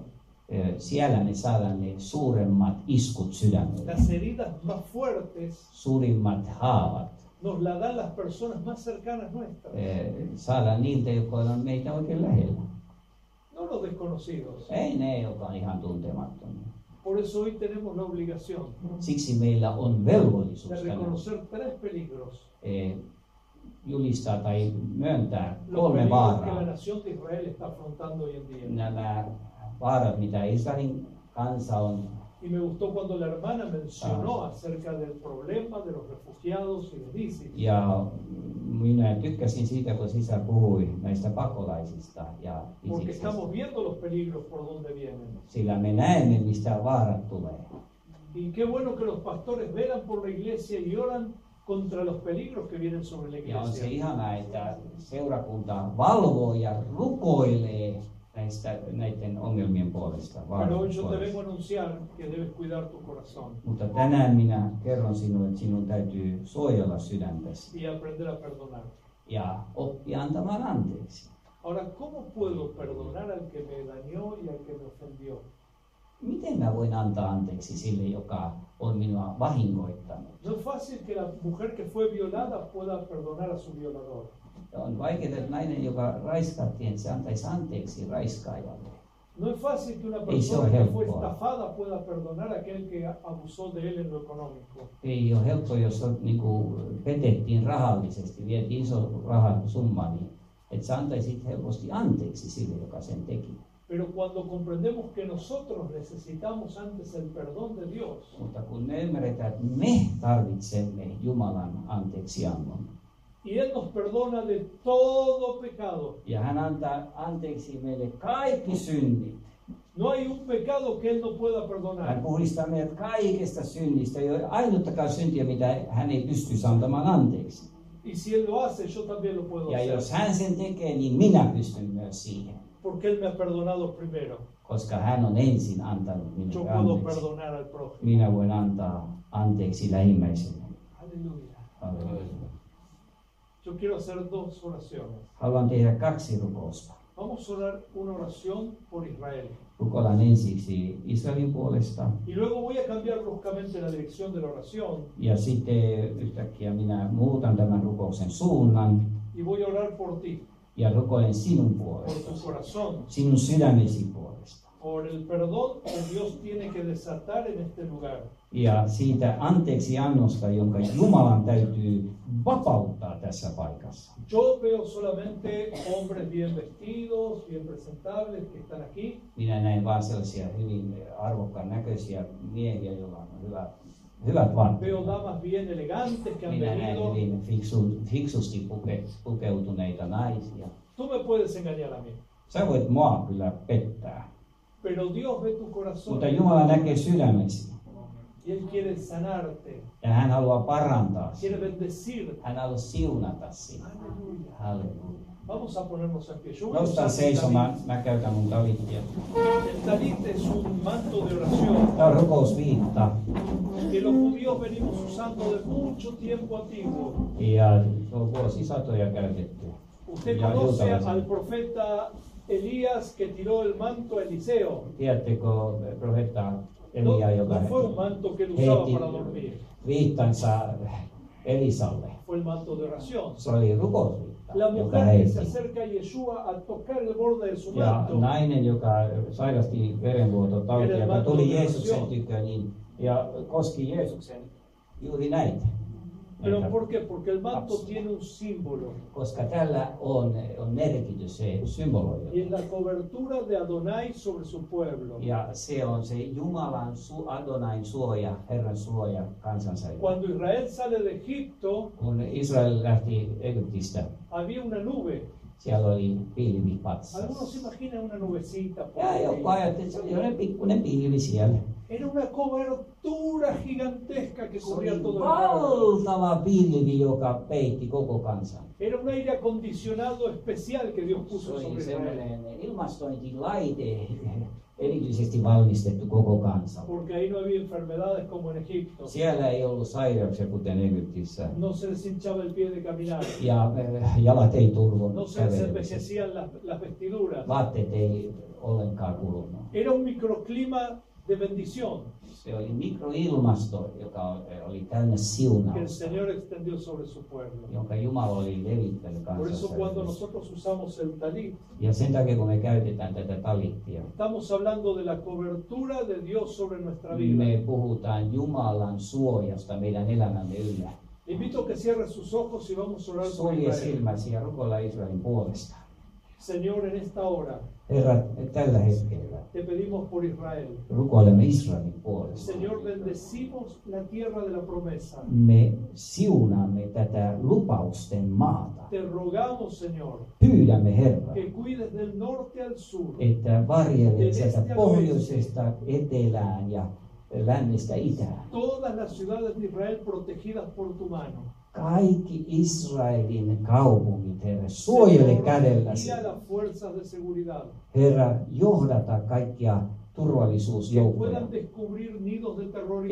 B: ö, siellä me saadaan ne suuremmat iskut sydämelle.
A: las heridas más fuertes
B: Suurimmat haavat
A: nos la dan las personas más cercanas nuestras,
B: ö, saadaan niiltä, jotka on meitä oikein lähellä.
A: no los desconocidos.
B: Ei ne, jotka on ihan tuntemattomia.
A: Por eso hoy tenemos la obligación
B: Siksi meillä on
A: de
B: velvollisuus tänään
A: reconocer tres peligros.
B: eh, julistaa tai myöntää
A: Los
B: kolme
A: peligros que
B: vaaraa.
A: la nación de Israel está afrontando hoy en día.
B: Nämä vaarat, mitä Israelin kansa on.
A: Y me gustó cuando la hermana mencionó acerca del problema de los refugiados y de ISIS.
B: Ja minä tykkäsin siitä, kun sisä puhui näistä pakolaisista ja
A: Porque
B: isiksistä.
A: estamos viendo los peligros por donde vienen.
B: Sillä me näemme, mistä vaarat tulee.
A: Y qué bueno que los pastores velan por la iglesia y oran contra los peligros que vienen sobre la
B: Ja on se
A: iglesia.
B: ihanaa, että seurakunta valvoo ja rukoilee näistä, näiden ongelmien puolesta.
A: Pero hoy
B: vaarojen
A: yo te vengo
B: puolesta.
A: a anunciar que debes cuidar tu corazón
B: Mutta tänään minä kerron sinulle, että sinun täytyy suojella sydäntäsi
A: y aprender a perdonar.
B: ja oppia antamaan anteeksi.
A: Ahora, ¿cómo puedo perdonar al que me dañó y al que me ofendió?
B: Miten mä voin antaa anteeksi sille, joka on minua vahingoittanut?
A: No es fácil que la mujer que fue violada pueda perdonar a su violador.
B: On vaikeaa, että nainen, joka raiskattiin, että se antaisi anteeksi raiskaajalle.
A: No es fácil que una
B: Eso
A: persona
B: es
A: que
B: el
A: fue
B: cual.
A: estafada pueda perdonar a aquel que abusó de él en lo económico.
B: Ei ole helppo, jos on, niin kuin, petettiin rahallisesti, vietiin iso rahasumma, niin että sä antaisit helposti anteeksi sille, joka sen teki.
A: Pero cuando comprendemos que nosotros necesitamos antes el perdón de Dios,
B: Mutta kun me ymmärretään, että me tarvitsemme Jumalan anteeksiannon,
A: y Él nos perdona de todo pecado,
B: ja hän antaa anteeksi meille kaikki synnit.
A: no hay un pecado que Él no pueda
B: Hän
A: perdonar.
B: puhdistaa meidät kaikesta synnistä, ei ole ainuttakaan syntiä, mitä hän ei pystyisi antamaan anteeksi.
A: Y si Él lo hace, yo también lo puedo
B: Ja
A: hacer,
B: jos hän sen tekee, niin minä pystyn myös siihen,
A: porque Él me ha perdonado primero.
B: koska hän on ensin antanut
A: Yo
B: minulle
A: puedo
B: anteeksi.
A: perdonar al prójimo.
B: Minä voin antaa anteeksi lähimmäiselle.
A: Aleluya.
C: Aleluya.
A: Yo quiero hacer dos oraciones.
B: Haluan tehdä kaksi rukousta.
A: Vamos a orar una oración por Israel.
B: Rukoilan ensiksi Israelin puolesta
A: Y luego voy a cambiar bruscamente la dirección de la oración
B: ja sitten yhtäkkiä minä muutan tämän rukouksen suunnan
A: y voy a orar por ti,
B: ja rukoilen sinun
A: por tu
B: puolestasi,
A: corazón,
B: sinun sydämesi puolesta
A: por el perdón que Dios tiene que desatar en este lugar.
B: ja siitä anteeksi annosta, jonka Jumalan täytyy vapauttaa tässä paikassa.
A: Yo veo solamente hombres bien vestidos, bien presentables que están aquí,
B: Minä näin vain sellaisia hyvin arvokkaan näköisiä miehiä, joilla on hyvä, hyvät vaatteet.
A: veo damas bien elegantes que han
B: Minä näin
A: venido.
B: hyvin fiksu, fiksusti puke, pukeutuneita naisia.
A: Tú me puedes engañar a mí,
B: Sä voit mua kyllä pettää,
A: pero Dios ve tu corazón.
B: mutta Jumala näkee sydämesi.
A: y Él quiere sanarte,
B: ja hän haluaa parantaa sinua.
A: quiere bendecirte.
B: Hän haluaa siunata sinua.
A: Aleluya.
B: Halleluja.
A: Vamos a ponernos en pie. Yo voy a usar
B: Noustaan
A: el
B: seisomaan,
A: talit.
B: mä käytän mun talittia.
A: El talit es un manto de oración
B: Tämä on rukousviitta.
A: que los judíos venimos usando de mucho tiempo antiguo.
B: Ja se on vuosisatoja käytetty.
A: Usted
B: Ja
A: conoce
B: juutalaiset.
A: al profeta Elías que tiró el manto a Eliseo.
B: Tiedättekö profeetta
A: No,
B: Elia, joka
A: no fue un manto que él usaba para dormir,
B: heitti viittansa eh, Elisalle?
A: fue el manto de oración.
B: Se oli rukousviitta,
A: La
B: joka
A: mujer que se
B: heitti.
A: acerca a Yeshua a tocar el borde de su
B: Ja
A: manto,
B: nainen, joka sairasti verenvuototautia, joka tuli Jeesuksen tykö, niin, ja koski Jeesuksen juuri näitä.
A: pero
B: Näitä.
A: ¿por qué? Porque el manto tiene un símbolo
B: Koska tällä on, on merkitys, se
A: y
B: symboloi.
A: es la cobertura de Adonai sobre su pueblo.
B: Ja se on se Jumalan su, Adonain suoja, Herran suoja kansansa.
A: Cuando Israel sale de Egipto,
B: Kun Israel lähti Egyptistä,
A: había una nube.
B: siellä oli pilvipatsas.
A: Algunos se imaginan una nubecita. por
B: Ja
A: ahí.
B: joku ajatteli, että se oli jollain pikkuinen pilvi siellä.
A: Era una cobertura gigantesca que
B: Se
A: cubría
B: oli
A: todo el pueblo.
B: valtava pilvi, joka peitti koko kansan.
A: Era un aire acondicionado especial que Dios
B: Se
A: puso
B: oli
A: sobre Israel.
B: sellainen ilmastointilaite, erityisesti valmistettu koko kansan.
A: Porque ahí no había enfermedades como en Egipto.
B: Siellä ei ollut sairauksia kuten Egyptissä.
A: No se les hinchaba el pie de caminar.
B: Ja äh, jalat ei
A: No
B: turvonnut
A: se les
B: kävelyssä.
A: envejecían las, las vestiduras.
B: Vaatteet ei ollenkaan kulunut.
A: Era un microclima de bendición
B: Se oli mikroilmasto, joka oli täynnä
A: que el
B: siunausta,
A: Señor extendió sobre su pueblo.
B: jonka Jumala oli levittänyt
A: Por eso cuando
B: kansassa.
A: nosotros usamos el talit,
B: Ja sen takia, kun me käytetään tätä talittia, niin
A: estamos hablando de la cobertura de Dios sobre nuestra vida.
B: me puhutaan Jumalan suojasta meidän elämämme yllä.
A: Le invito a que cierre sus ojos y vamos a orar por
B: Sulje
A: Israel.
B: silmäsi ja rukoilla Israelin puolesta.
A: Señor, en esta hora
B: Herra, tällä hetkellä
A: te pedimos por Israel.
B: rukoilemme Israelin puolesta.
A: Señor, bendecimos la tierra de la promesa.
B: Me siunaamme tätä lupausten maata.
A: Te rogamos, Señor,
B: Pyydämme Herra,
A: que cuides del norte al sur,
B: että varjelet sieltä pohjoisesta etelään ja lännestä itään.
A: todas las ciudades de Israel protegidas por tu mano.
B: Kaikki Israelin kaupungit, Herra, suojele kädelläsi.
A: Guía las fuerzas de seguridad
B: Herra, johdata kaikkia
A: que
B: turvallisuusjoukkoja,
A: puedan descubrir nidos de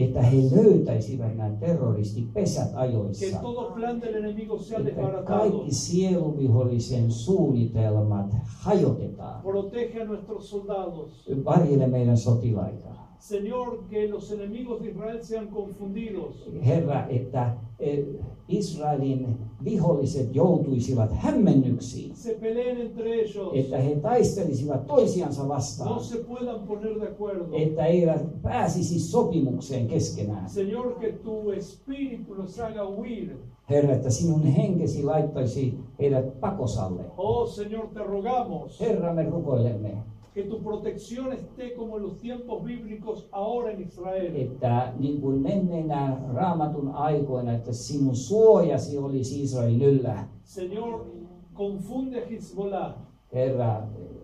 B: että he
A: terroristas,
B: löytäisivät nämä terroristipesät
A: que
B: ajoissa.
A: todo plan del enemigo sea
B: Että
A: desbaratado.
B: kaikki sieluvihollisen suunnitelmat hajotetaan.
A: Protege a nuestros soldados.
B: Varjele meidän sotilaita.
A: Señor, que los enemigos de Israel sean confundidos.
B: Herra, että eh, Israelin viholliset joutuisivat hämmennyksiin.
A: Se peleen entre ellos.
B: Että he taistelisivat toisiansa vastaan.
A: No se puedan poner de acuerdo.
B: Että eivät pääsisi sopimukseen keskenään.
A: Señor, que tu espíritu los haga huir.
B: Herra, että sinun henkesi laittaisi heidät pakosalle.
A: Oh Señor, te rogamos
B: Herra, me rukoilemme,
A: que tu protección esté como en los tiempos bíblicos ahora en Israel.
B: että niin kuin menneinä raamatun aikoina, että sinun suojasi olisi Israelin yllä.
A: Señor, confunde a Hezbollah,
B: Herra,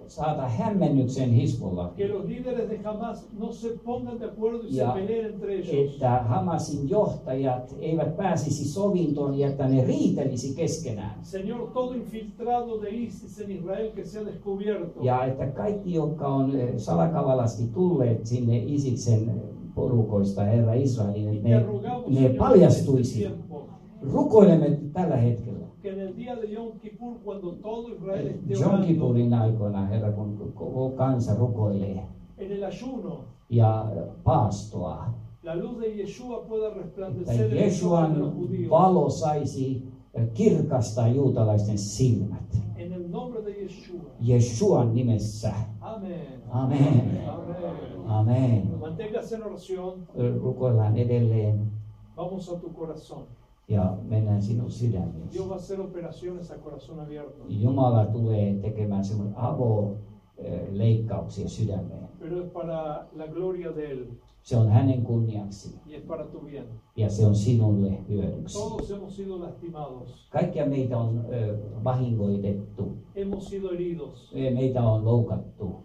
B: saata hämmennyksen Hisbolla,
A: que los líderes de Hamas no se pongan de acuerdo y
B: Ya. Eh,
A: se peleen entre ellos.
B: että Hamasin johtajat eivät pääsisi sovintoon ja että ne riitelisi keskenään.
A: Señor, todo infiltrado de ISIS en Israel que sea descubierto.
B: Ja että kaikki, jotka on eh, salakavalasti tulleet sinne Isiksen porukoista, Herra Israelin,
A: Y
B: että
A: te
B: ne,
A: rogamos,
B: ne
A: Señor, en este
B: paljastuisivat.
A: tiempo,
B: Rukoilemme tällä hetkellä.
A: que en el día de Yom Kippur, cuando todo Israel
B: Eh,
A: esté
B: John
A: orando,
B: Kippurin aikoina, Herra, kun koko kansa rukoilee
A: en el ayuno,
B: ja paastoa,
A: la luz de Yeshua pueda
B: että
A: resplandecer en los ojos de
B: Jesuan
A: los judíos.
B: valo saisi kirkastaa juutalaisten silmät.
A: En el nombre de Yeshua.
B: Jesuan nimessä.
A: Amén.
B: Amen.
A: Amén.
B: Amen.
A: Manténgase en oración.
B: Rukoillaan edelleen
A: Vamos a tu corazón.
B: ja mennään sinun sydämesi.
A: Dios va a hacer operaciones a corazón abierto.
B: Jumala tulee tekemään sinun avo eh, leikkauksia sydämeen.
A: Pero es para la gloria de Él
B: Se on hänen kunniaksi
A: y es para tu bien.
B: ja se on sinulle hyödyksi.
A: Todos hemos sido lastimados.
B: Kaikkia meitä on ö, vahingoitettu,
A: Hemos sido heridos.
B: Ö, meitä on loukattu,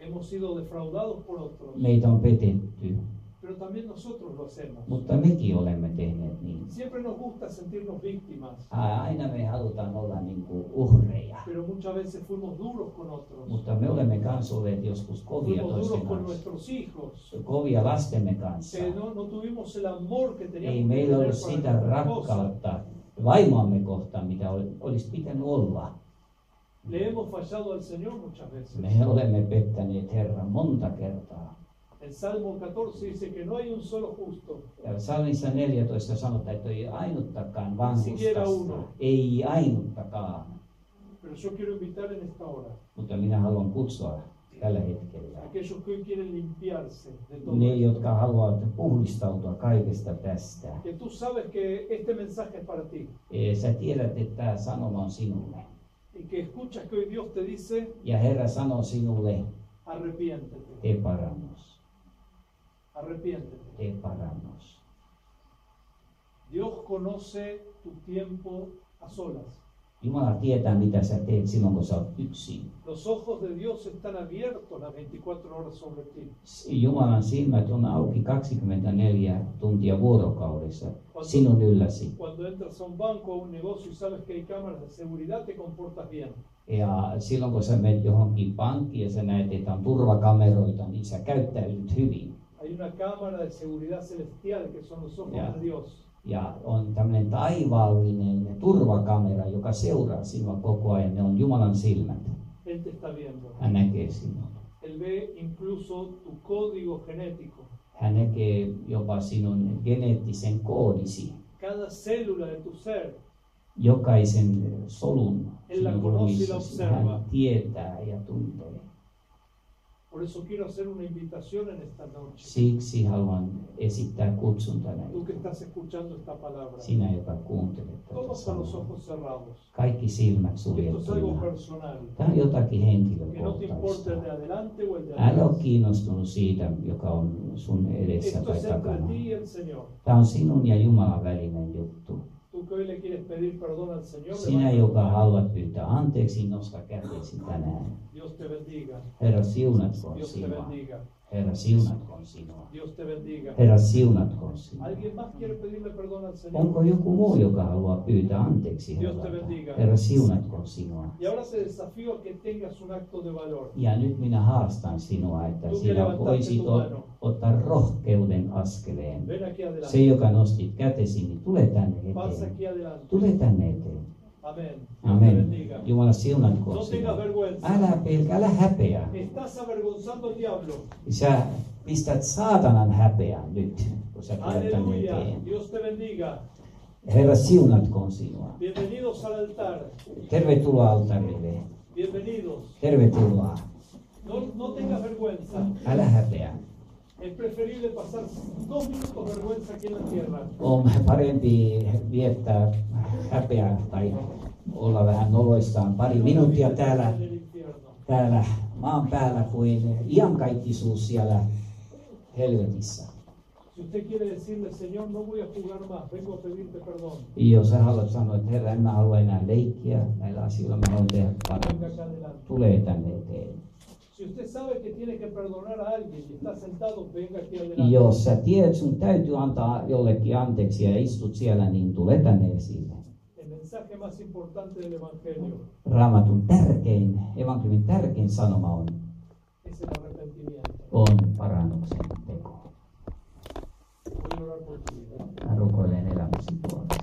A: Hemos sido defraudados por otros.
B: meitä on petetty,
A: pero también nosotros lo hacemos.
B: Mutta mekin olemme tehneet niin.
A: Siempre nos gusta sentirnos víctimas,
B: Aa, Aina me halutaan olla niin kuin uhreja.
A: pero muchas veces fuimos duros con otros.
B: Mutta me olemme kanssa olleet joskus kovia
A: Fuimos duros
B: toisten
A: con
B: kanssa.
A: nuestros hijos.
B: Kovia lastemme kanssa.
A: que no, no tuvimos el amor que
B: Ei
A: teníamos que
B: meillä ollut
A: tener para
B: sitä
A: nuestra esposa.
B: rakkautta vaimoamme kohtaan, mitä ol- olisi pitänyt olla.
A: Le hemos fallado al Señor muchas veces.
B: Me olemme pettäneet Herran monta kertaa.
A: El Salmo 14 dice que no hay un solo justo,
B: Ja salmissa 14 sanotaan, että ei ainuttakaan
A: Siquiera
B: vanhustasta.
A: uno.
B: Ei ainuttakaan.
A: pero yo quiero invitar en esta hora
B: Mutta minä haluan kutsua tällä hetkellä
A: a aquellos que hoy quieren limpiarse de todo.
B: ne,
A: esto.
B: jotka haluavat puhdistautua kaikesta tästä.
A: Que tú sabes que este mensaje es para ti
B: Eh, Sä tiedät, että tämä sanoma on sinulle.
A: y que escuchas que hoy Dios te dice,
B: Ja Herra sanoo sinulle,
A: arrepiéntete,
B: tee parannus,
A: arrepiéntete.
B: tee parannus.
A: Dios conoce tu tiempo a solas.
B: Jumala tietää, mitä sä teet silloin, kun sä oot yksin.
A: Los ojos de Dios están abiertos las 24 horas sobre ti.
B: Jumalan silmät on auki 24 tuntia vuorokaudessa sinun ylläsi.
A: Cuando entras a un banco o a un negocio y sabes que hay cámaras de seguridad, te comportas bien.
B: Ja silloin, kun sä menet johonkin pankkiin ja sä näet, että on turvakameroita, niin sä käyttäydyt hyvin.
A: Hay una cámara de seguridad celestial que son los ojos
B: Ya.
A: de Dios.
B: Ja on tämmöinen taivaallinen turvakamera, joka seuraa sinua koko ajan. Ne on Jumalan silmät.
A: Él te está viendo.
B: Hän näkee sinut.
A: Él ve incluso tu código genético.
B: Hän näkee jopa sinun geneettisen koodisi,
A: Cada célula de tu ser,
B: jokaisen solun.
A: Él la
B: sinun
A: conoce y la
B: ruumiissasi.
A: observa.
B: Hän tietää ja tuntee.
A: por eso quiero hacer una invitación en esta noche.
B: Siksi haluan esittää kutsun tänään.
A: Tú que estás escuchando esta palabra,
B: Sinä, joka kuuntelet tätä
A: todos con los
B: sanaa.
A: ojos cerrados.
B: Kaikki silmät
A: Que esto es algo
B: suljettuina.
A: personal.
B: Tämä on jotakin
A: Que no te importa
B: henkilökohtaista.
A: el de adelante o el de
B: Älä ole
A: atrás.
B: kiinnostunut siitä, joka on sun edessä
A: Esto
B: tai
A: es entre
B: takana.
A: ti y el Señor.
B: Tämä on sinun ja Jumalan välinen juttu.
A: Tú que hoy le quieres pedir perdón al Señor,
B: Sinä,
A: levanta tu
B: joka
A: mano.
B: haluat pyytää anteeksi, nosta kätesi tänään.
A: Dios te bendiga.
B: Herra, siunatkoon
A: Dios te
B: sinua.
A: bendiga.
B: Herra, siunatkoon sinua.
A: Dios te bendiga.
B: Herra, siunatkoon sinua.
A: ¿Alguien más quiere pedirle perdón al Señor?
B: Onko joku muu, joka haluaa pyytää anteeksi
A: Dios te
B: Herralta?
A: bendiga.
B: Herra, siunatkoon sinua.
A: Y ahora te desafío a que tengas un acto de valor.
B: Ja nyt minä haastan sinua, että
A: Tukee
B: sinä
A: levantatte
B: voisit
A: tuon
B: ot-
A: mano.
B: ottaa rohkeuden askeleen.
A: Ven aquí
B: Se,
A: adelante.
B: joka nostit kätesi, niin tule tänne
A: Pasa
B: eteen.
A: aquí adelante.
B: Tule tänne eteen.
A: Amén. Dios te
B: Amen.
A: bendiga.
B: Jumala siunatkoon
A: No tengas
B: sinua.
A: vergüenza.
B: Älä pelkää, älä häpeä.
A: Estás avergonzando al diablo.
B: Sä pistät saatanan häpeään nyt, kun sä tulet tänne
A: Aleluya.
B: eteen.
A: Dios te bendiga.
B: Herra, siunatkoon sinua.
A: Bienvenidos al altar.
B: Tervetuloa altarille.
A: Bienvenidos.
B: Tervetuloa.
A: No, no tengas vergüenza.
B: Älä häpeä.
A: Es preferible pasar dos minutos de vergüenza aquí en la tierra
B: On parempi viettää häpeää tai olla vähän noloissaan pari minuuttia täällä,
A: en el infierno.
B: täällä maan päällä kuin iankaikkisuus siellä helvetissä.
A: Si usted quiere decirle, Señor, no voy a jugar más, vengo a pedirte perdón,
B: Jos sä haluat sanoa, että herra, en mä halua enää leikkiä näillä asioilla, mä haluan tehdä
A: venga
B: paremmin.
A: acá adelante.
B: Tulee tänne eteen.
A: Si usted sabe que tiene que perdonar a alguien y está sentado, venga aquí adelante.
B: Jos sä tiedät, sun täytyy antaa jollekin anteeksi ja istut siellä, niin tule tänne esille.
A: El mensaje más importante del Evangelio
B: Raamatun tärkein, evankeliumin tärkein sanoma on,
A: es el arrepentimiento.
B: on parannuksen teko.
A: Voy a orar por tu vida.
B: Mä rukoilen elämäsi puolesta.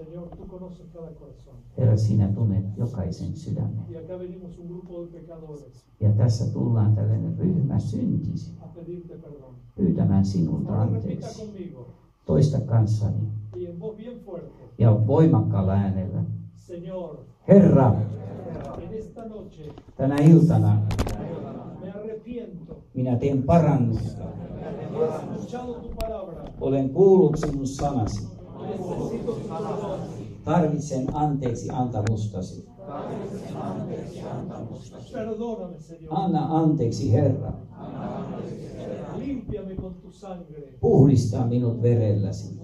A: Señor, tú conoces cada corazón.
B: Herra, sinä tunnet jokaisen sydämen.
A: Y acá venimos un grupo de pecadores
B: Ja tässä tullaan tällainen ryhmä syntisi
A: a pedirte perdón.
B: pyytämään sinulta
A: Ahora repita
B: anteeksi.
A: conmigo
B: Toista kanssani
A: y en voz bien fuerte.
B: ja voimakkaalla äänellä.
A: Señor,
B: Herra,
A: en esta noche
B: tänä iltana
A: me arrepiento.
B: minä teen parannusta.
A: He escuchado tu palabra.
B: Olen kuullut sinun sanasi.
A: Necesito tu perdón.
B: Tarvitsen anteeksi antamustasi.
A: Perdóname, Señor.
B: Anna anteeksi, Herra.
A: Límpiame con tu sangre
B: Puhdista minut verelläsi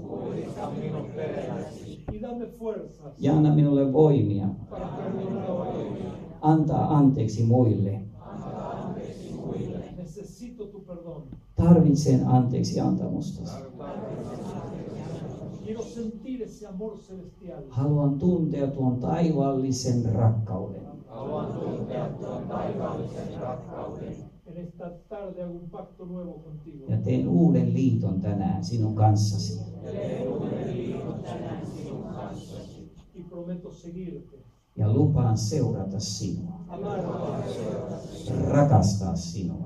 A: y dame fuerzas
B: ja anna minulle voimia
A: para perdonar a otros.
B: antaa anteeksi muille.
A: Necesito tu perdón.
B: tarvitsen anteeksi antamusta.
A: Quiero sentir ese amor celestial.
B: Haluan tuntea tuon taivaallisen rakkauden.
A: En esta tarde hago un pacto nuevo contigo.
B: Ja teen uuden liiton tänään sinun kanssasi.
A: Y prometo seguirte,
B: Ja lupaan seurata sinua.
A: amarte
B: Rakastaa sinua.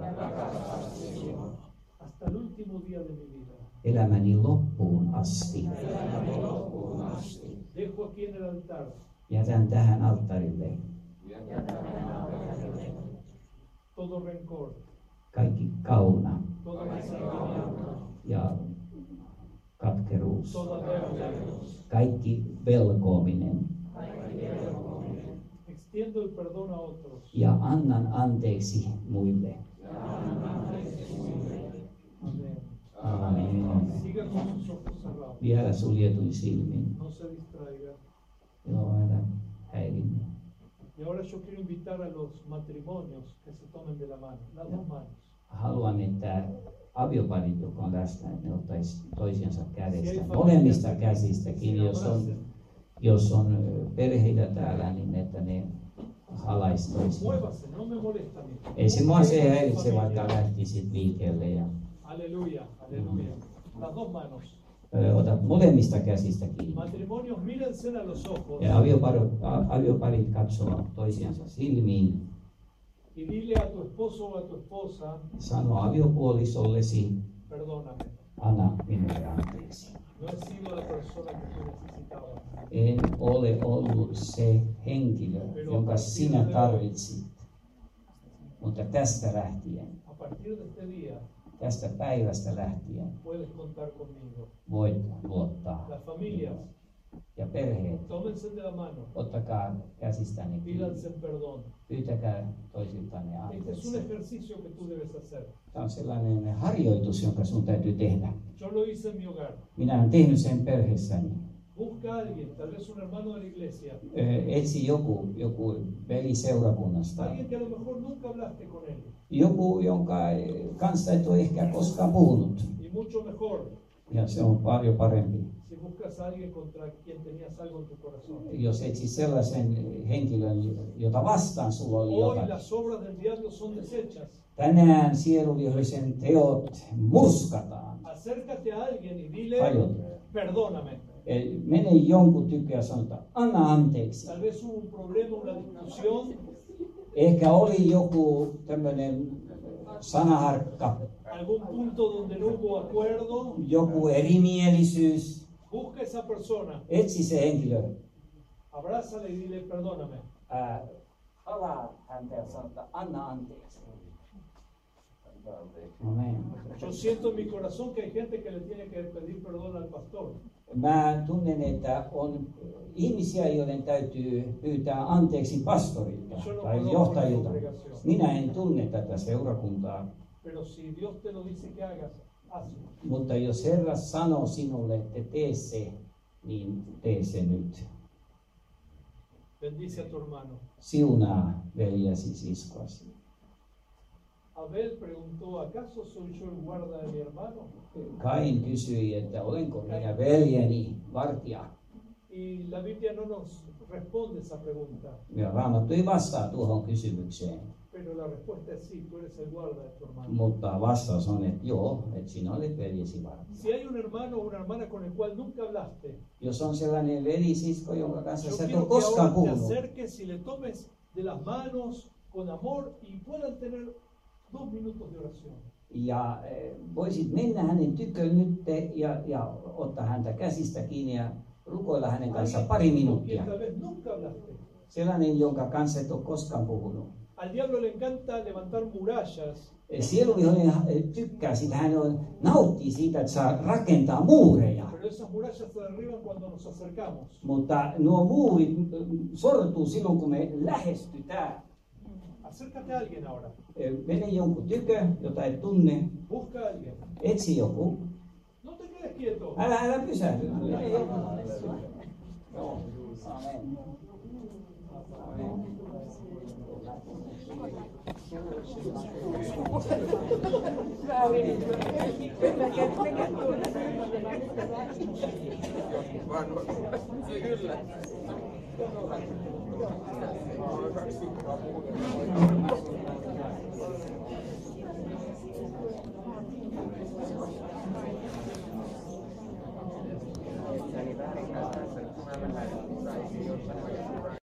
A: hasta el último día de mi vida.
B: Elämäni loppuun asti.
A: Dejo aquí en el altar
B: Jätän tähän alttarille
A: todo rencor,
B: kaikki kauna
A: toda resentimiento,
B: ja katkeruus.
A: toda deuda.
B: Kaikki velkoaminen.
A: Extiendo el perdón a otros.
B: Ja annan anteeksi muille.
A: Amén.
B: Aamen.
A: Siga con sus ojos cerrados.
B: Vielä suljetuin silmin.
A: No se distraiga.
B: Joo, älä häirinny.
A: Y ahora yo quiero invitar a los matrimonios que se tomen de la mano, las dos manos.
B: Haluan, että avioparit, joka on läsnä, että ne ottaisi toisiansa kädestä, molemmista käsistäkin. Jos on, jos on ö, perheitä täällä, niin että ne halaisi toisiaan.
A: Muévase, no me molesta a mí.
B: Ei Eh, se mua se häiritse, vaikka lähtisit liikkeelle. Ja,
A: Aleluya, aleluya. Las dos manos.
B: ö, ota molemmista käsistä kiinni.
A: Matrimonios, mírense a los ojos
B: Ja avioparit, avioparit katsovat toisiansa silmiin.
A: y dile a tu esposo o a tu esposa,
B: Sano aviopuolisollesi,
A: perdóname,
B: anna minulle anteeksi.
A: no he sido la persona que tú necesitabas,
B: En ole ollut se henkilö, jonka sinä tarvitsit. Mutta tästä lähtien,
A: a partir de este día
B: tästä päivästä lähtien,
A: puedes contar conmigo.
B: voit luottaa.
A: Las familias,
B: Ja perheet,
A: tómense de la mano,
B: ottakaa käsistäni kiinni.
A: pídanse perdón.
B: Pyytäkää toisiltanne
A: Este es un
B: anteeksi.
A: ejercicio que tú debes hacer.
B: Tämä on sellainen harjoitus, jonka sun täytyy tehdä.
A: Yo lo hice en mi hogar.
B: Minä olen tehnyt sen perheessäni.
A: Busca a alguien, tal vez un hermano de la iglesia,
B: Ö, Etsi joku, joku veli seurakunnasta.
A: alguien que a lo mejor nunca hablaste con él,
B: Joku, jonka eh, kanssa et ole ehkä koskaan puhunut.
A: y mucho mejor
B: Ja se on paljon parempi.
A: si buscas a alguien contra quien tenías algo en tu corazón.
B: Jos etsit sellaisen henkilön, jota vastaan sulla oli
A: Hoy
B: jotakin.
A: las obras del diablo son desechas.
B: Tänään sieluvihollisen teot murskataan.
A: Acércate a alguien y dile,
B: Paljon.
A: perdóname.
B: Eli E, Mene jonkun tykö ja sano, että anna anteeksi.
A: Tal vez hubo un problema, una discusión,
B: Ehkä oli joku tämmöinen sanaharkka,
A: algún punto donde no hubo acuerdo.
B: joku erimielisyys.
A: Busca a esa persona,
B: Etsi se henkilö.
A: abrázale y dile, perdóname.
B: Ää, halaa häntä ja sano, että anna anteeksi. Amen.
A: Yo siento en mi corazón que hay gente que le tiene que pedir perdón al pastor.
B: Mä tunnen, että on ihmisiä, joiden täytyy pyytää anteeksi pastorilta tai johtajilta. Minä en tunne tätä seurakuntaa,
A: Pero si Dios te lo dice que hagas, hazlo.
B: mutta jos Herra sanoo sinulle, että tee se, niin tee se nyt.
A: Bendice a tu hermano.
B: Siunaa veljäsi siskoasi.
A: Abel preguntó, ¿acaso soy yo el guarda de mi hermano?
B: Kain kysyi, että olenko minä veljeni vartija.
A: Y la Biblia no nos responde esa pregunta,
B: Ja Raamattu ei vastaa tuohon kysymykseen,
A: pero la respuesta es sí, tú eres el guarda de tu hermano.
B: mutta vastaus on, että joo, että sinä olet veljesi vartija.
A: Si hay un hermano o una hermana con el cual nunca hablaste,
B: Jos on sellainen velisisko, jonka kanssa
A: yo
B: sä et ole
A: quiero que
B: koskaan
A: ahora te
B: puhunut,
A: acerques y le tomes de las manos con amor y puedan tener dos minutos de oración.
B: ja eh, voisit mennä hänen tyköön nyt ja, ja ottaa häntä käsistä kiinni ja rukoilla hänen kanssa pari
A: Alguien con
B: minuuttia.
A: quien tal vez nunca hablaste.
B: Sellainen, jonka kanssa et ole koskaan puhunut.
A: Al diablo le encanta levantar murallas
B: Eh, Sieluvihollinen eh, tykkää siitä, hän on, nauttii siitä, että saa rakentaa muureja.
A: Pero esas murallas se derriban cuando nos acercamos.
B: Mutta nuo muurit mm, sortuu silloin, kun me lähestytään.
A: Acércate a alguien ahora.
B: Eh, Mene jonkun tykö, jota et tunne,
A: Busca a alguien.
B: etsi joku,
A: No te quedes quieto.
B: Älä, älä pysähdy. Mene joku. Joo. Amen. Amen.
E: Kyllä.